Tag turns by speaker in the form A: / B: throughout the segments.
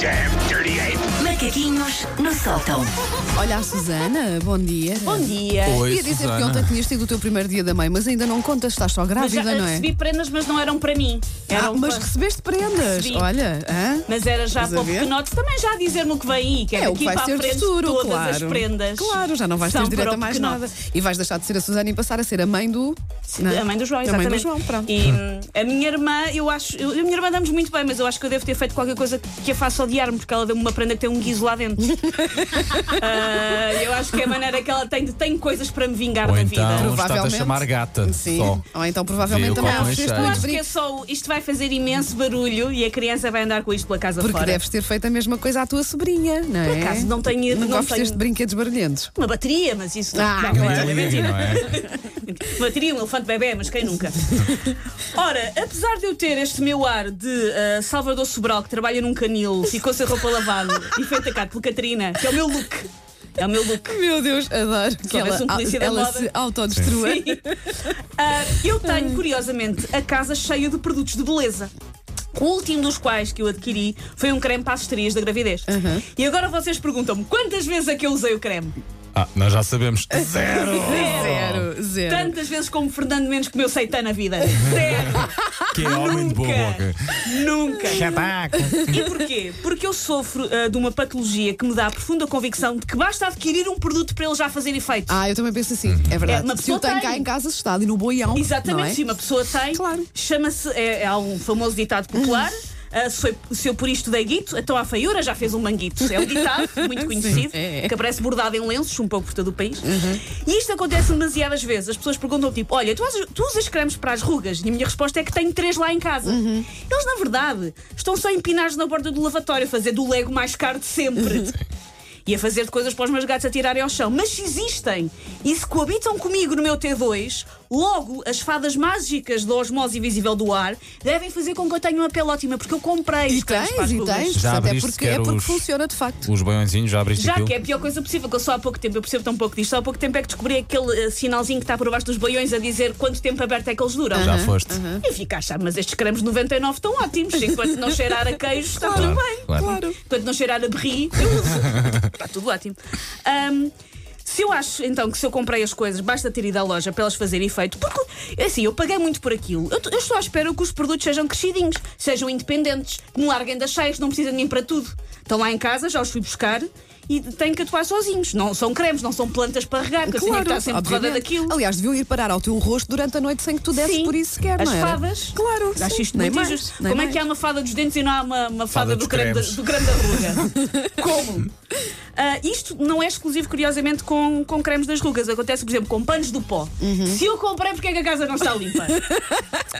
A: damn dirty ape!
B: Macaquinhos no sótão.
C: Olha a Susana, bom dia.
D: Bom dia.
E: Oi,
C: Queria dizer que
E: Susana.
C: ontem tinhas tido o teu primeiro dia da mãe, mas ainda não contas, estás só
D: Mas já
C: grávida, não é?
D: recebi prendas, mas não eram para mim.
C: Ah,
D: Eram
C: mas
D: para-
C: recebeste prendas.
D: Recebi.
C: Olha, hã?
D: Mas era já
C: Estás a
D: para o
C: ver?
D: pequenote também já a dizer-me o que vem aí, que
C: É o
D: daqui
C: que vai
D: para a
C: ser
D: frente
C: futuro,
D: todas
C: claro.
D: as prendas.
C: Claro, já não vais ter
D: são
C: direito
D: para
C: a
D: o
C: mais
D: pequenote.
C: nada. E vais deixar de ser a Susana e passar a ser a mãe do. Não é?
D: A mãe do João,
C: A
D: exatamente.
C: mãe do João, pronto.
D: E hum, a minha irmã, eu acho. eu- a minha irmã damos muito bem, mas eu acho que eu devo ter feito qualquer coisa que a faça odiar-me, porque ela deu-me uma prenda que tem um guiso lá dentro. Ah, eu acho que é a maneira que ela tem de tem coisas para me vingar
E: Ou
D: da
E: então
D: vida.
E: está a
C: Provavelmente.
E: chamar gata.
C: Sim.
E: Só.
C: Ou então provavelmente
E: Vê o
C: também
E: copo em
C: ofereceste
E: cheio.
D: Eu
C: muito
D: acho que é
C: brinco.
D: só. Isto vai fazer imenso barulho e a criança vai andar com isto pela casa
C: Porque
D: fora.
C: deves ter feito a mesma coisa à tua sobrinha, não é?
D: acaso, não tenho-
C: Nunca
D: não
C: ofereceste
D: tenho-
C: brinquedos barulhentos.
D: Uma bateria, mas isso
C: Ah,
D: não,
C: claro.
D: não,
E: Ninguém liga, não é?
D: Bateria, um elefante bebê, mas quem nunca? Ora, apesar de eu ter este meu ar de ah, Salvador Sobral, que trabalha num canil, ficou sem roupa lavada e foi atacado por Catarina, que é o meu look. É o meu look.
C: Meu Deus, adoro que ela,
D: houvesse um polícia da
C: ela
D: moda.
C: se autodestrua.
D: Sim. Ah, eu tenho, curiosamente, a casa cheia de produtos de beleza. O último dos quais que eu adquiri foi um creme para as estrias da gravidez. E agora vocês perguntam-me quantas vezes é que eu usei o creme?
E: Ah, nós já sabemos. Zero! Oh.
C: Zero, zero.
D: Tantas vezes como Fernando Mendes comeu seitã na vida. Zero!
E: Que é homem de boa boca.
D: Nunca!
E: Chabaco.
D: E porquê? Porque eu sofro ah, de uma patologia que me dá a profunda convicção de que basta adquirir um produto para ele já fazer efeito.
C: Ah, eu também penso assim,
E: Uhum.
C: é verdade.
D: É, uma
C: Se eu
D: pessoa
C: tenho
D: tem.
C: cá em casa, se está ali no boião.
D: Exatamente,
C: não é?
D: se uma pessoa tem,
C: Claro. Hum.
D: chama-se, é, há um famoso ditado popular. ah, se, foi- se eu por isto dei guito, então a feiura já fez um manguito. É um ditado muito conhecido,
C: é, Uhum. é.
D: que aparece bordado em lenços, um pouco por todo o país. E isto acontece demasiadas vezes. As pessoas perguntam tipo: Olha, tu usas, tu usas cremes para as rugas? E a minha resposta é que tenho três lá em casa.
C: Uhum.
D: Eles, na verdade, estão só empinados na borda do lavatório, a fazer do lego mais caro de sempre. E a fazer de coisas para os meus gatos atirarem ao chão. Mas se existem e se coabitam comigo no meu T2, logo as fadas mágicas da osmose invisível do ar devem fazer com que eu tenha uma pele ótima, porque eu comprei
C: E
D: os cremes para
C: tens,
D: as
C: e
D: rugas.
C: tens.
E: Já
C: portanto, é
E: abriste
C: porque, é
E: sequer
C: porque
E: os-
C: funciona de facto.
E: Os banhõezinhos, já abriste
D: Já
E: aquilo?
D: que é a pior coisa possível, que eu só há pouco tempo, eu percebo tão pouco disto, só há pouco tempo é que descobri aquele eh, sinalzinho que está por baixo dos boiões a dizer quanto tempo aberto é que eles duram.
E: Já foste.
D: E fica a achar, mas estes cremes 99 estão ótimos, enquanto não cheirar a queijo está tudo bem.
E: claro.
D: Enquanto não cheirar a berri, eu uso. Está tudo ótimo. Ahm, se eu acho, então, que se eu comprei as coisas, basta ter ido à loja para elas fazerem efeito, porque, assim, eu paguei muito por aquilo. Eu, t- eu estou à espera que os produtos sejam crescidinhos, sejam independentes, que me larguem das cheias, não precisam de mim para tudo. Estão lá em casa, já os fui buscar e têm que atuar sozinhos. Não são cremes, não são plantas para regar, que eu tinha que estar sempre roda
C: obviamente.
D: daquilo.
C: Aliás, deviam ir parar ao teu rosto durante a noite sem que tu desses
D: Sim.
C: por isso sequer,
D: As
C: não era?
D: fadas.
C: Claro,
D: Acho
C: sim.
D: isto
C: Nem
D: muito
C: mais,
D: injusto.
C: nem
D: Como é
C: mais.
D: que há uma fada dos dentes e não há uma, uma fada,
E: Fada
D: do,
E: dos
D: creme da,
E: cremes.
D: do creme da ruga? Como? Ah, isto não é exclusivo, curiosamente, com, com cremes das rugas. Acontece, por exemplo, com panos do pó.
C: Uhum.
D: Se eu comprei, porque é que a casa não está limpa?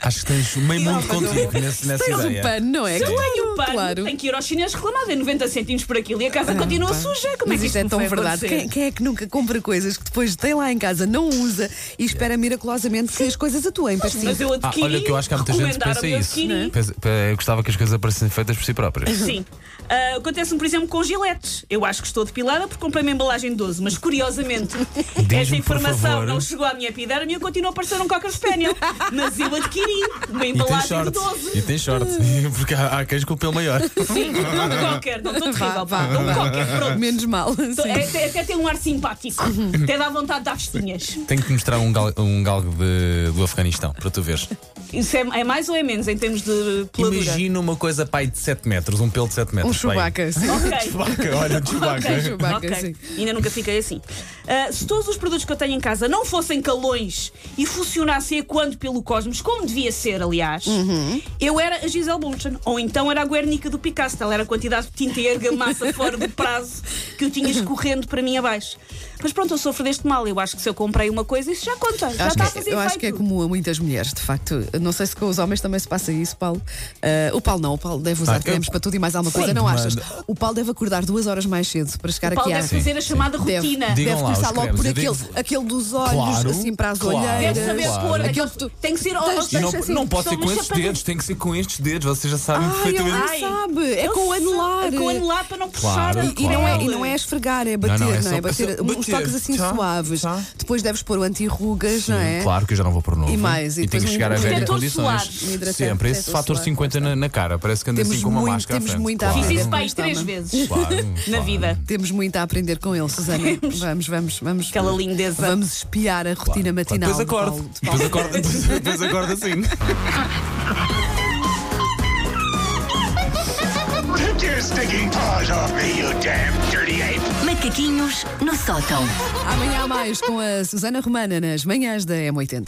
E: Acho que tens meio mundo contigo nesse- nessa
C: Tens um
E: ideia.
C: pano, não é?
E: Sim.
C: Claro,
D: Tenho um pano,
C: claro. Ah,
D: tenho que ir aos chineses reclamar, dei 90 centimos é por aquilo e a casa continua suja. Como
C: Mas
D: é que
C: isto é
D: me
C: tão
D: foi
C: verdade.
D: acontecer?
C: Quem, quem é que nunca compra coisas que depois tem lá em casa, não usa e espera miraculosamente que as coisas atuem? Mas, sim.
D: Mas eu
E: Ah,
D: adquiri.
E: olha que eu acho que há muita gente que pensa
D: recomendaram-me, eu
E: isso.
C: é?
D: adquiri.
E: Pensa- pe- Eu gostava que as coisas aparecessem feitas por si próprias.
D: Sim. Ah, Acontece-me, por exemplo, com giletes. Eu acho que estou depilada porque comprei uma embalagem de 12, mas curiosamente, esta
E: por
D: informação
E: favor.
D: não chegou à minha epiderme e eu continuo a parecer um Cocker Spaniel. mas eu adquiri uma
E: E tem
D: embalagem de
E: sorte.
D: 12.
E: E tem sorte. Porque há, há queijo com o pelo maior.
D: Sim, não de Cocker, não estou
C: Vá, vá,
D: terrível. pá. Não de
C: vá.
D: Cocker, pronto.
C: Menos mal.
D: Tô-
C: sim. Uhum.
D: é- Até, até tem um ar simpático. Até dá vontade de dar festinhas.
E: Tenho que te mostrar um, gal, um galgo de- do Afeganistão para tu veres.
D: Isso é, é mais ou é menos em termos de peladura?
E: Imagina uma coisa, pai, de 7 metros, um pelo de 7
C: Um
E: metros. pai.
C: chubaca, sim.
D: Ok.
E: Chewbacca, olha, um Chewbacca.
D: Ok,
C: Chewbacca,
D: ok.
C: sim.
D: Ainda nunca fiquei assim. Ah, se todos os produtos que eu tenho em casa não fossem calões e funcionassem quando pelo cosmos, como devia ser, aliás,
C: Uhum.
D: eu era a Gisele Bundchen. Ou então era a Guernica do Picasso. Ela era a quantidade de tinta e argamassa fora do prazo que eu tinha escorrendo para mim abaixo. Mas pronto, eu sofro deste mal. Eu acho que se eu comprei uma coisa, isso já conta.
C: Acho
D: Já está a
C: que-
D: fazer
C: eu acho que é
D: efeito.
C: comum a muitas mulheres, de facto. Não sei se com os homens também se passa isso, Paulo. Ah, o Paulo não, o Paulo deve usar
E: Ah, eu-
C: cremes para tudo e mais alguma coisa, não
E: mano.
C: achas? O Paulo deve acordar duas horas mais cedo para chegar
D: O Paulo
C: aqui à-
D: deve fazer a chamada rotina.
C: Deve
E: Diga- Digam lá
C: começar
E: os
C: logo por
E: cremes, eu
C: aquele,
E: digo-
C: aquele dos olhos,
E: Claro,
C: assim para as
E: claro.
C: olheiras.
D: Deve saber
E: Claro.
D: pôr.
C: Aquele
D: Aquele...
C: que tu-
D: Tem que ser. ou- ou
E: E
C: Deixa
E: não,
D: seja,
C: assim,
E: não pode ser
D: são
E: com
D: umas
E: estes
D: chapadas-
E: dedos, tem que ser com estes dedos, vocês já sabem
C: Ah, ele
E: perfeitamente.
C: não
D: Ai,
C: sabe. É
D: eu
C: com o
D: sei,
C: anular.
D: É com o anular para não puxar
E: Claro,
D: a-
C: E não, é,
E: Claro.
C: e não é esfregar, é bater, não,
E: Não, não, é
C: é?
E: só-
C: bater
E: é só
C: um-
E: bater,
C: os toques assim
E: Tá,
C: suaves.
E: tá.
C: Depois deves pôr o anti-rugas, não é?
E: Claro que eu já não vou pôr novo.
C: E mais, e depois
E: tenho que
C: um
E: chegar a ver em
D: protetor solar.
E: condições.
C: Um hidratante,
E: Sempre esse
C: protetor
E: fator
C: solar,
E: 50 na, na cara. Parece que anda
C: Temos
E: assim com uma
C: muito-
E: máscara. à
C: temos
E: frente.
C: muito a
E: claro,
D: Fiz isso
C: Não,
D: para aí
C: está
D: três
C: bem.
D: vezes.
E: Claro,
D: Na
E: claro.
D: vida.
C: Temos muito a aprender com ele, Susana. Vamos, vamos, vamos.
D: Aquela lindeza.
C: Vamos espiar a rotina matinal.
E: Depois
C: do Paulo- do
E: acordo.
C: Paulo
E: Depois acordo,
C: Fernandes.
E: depois, depois acordo assim.
A: Take your stinking paws off me, you damn dirty ape!
B: Macaquinhos no sótão.
C: Amanhã há mais com a Susana Romana nas manhãs da M80.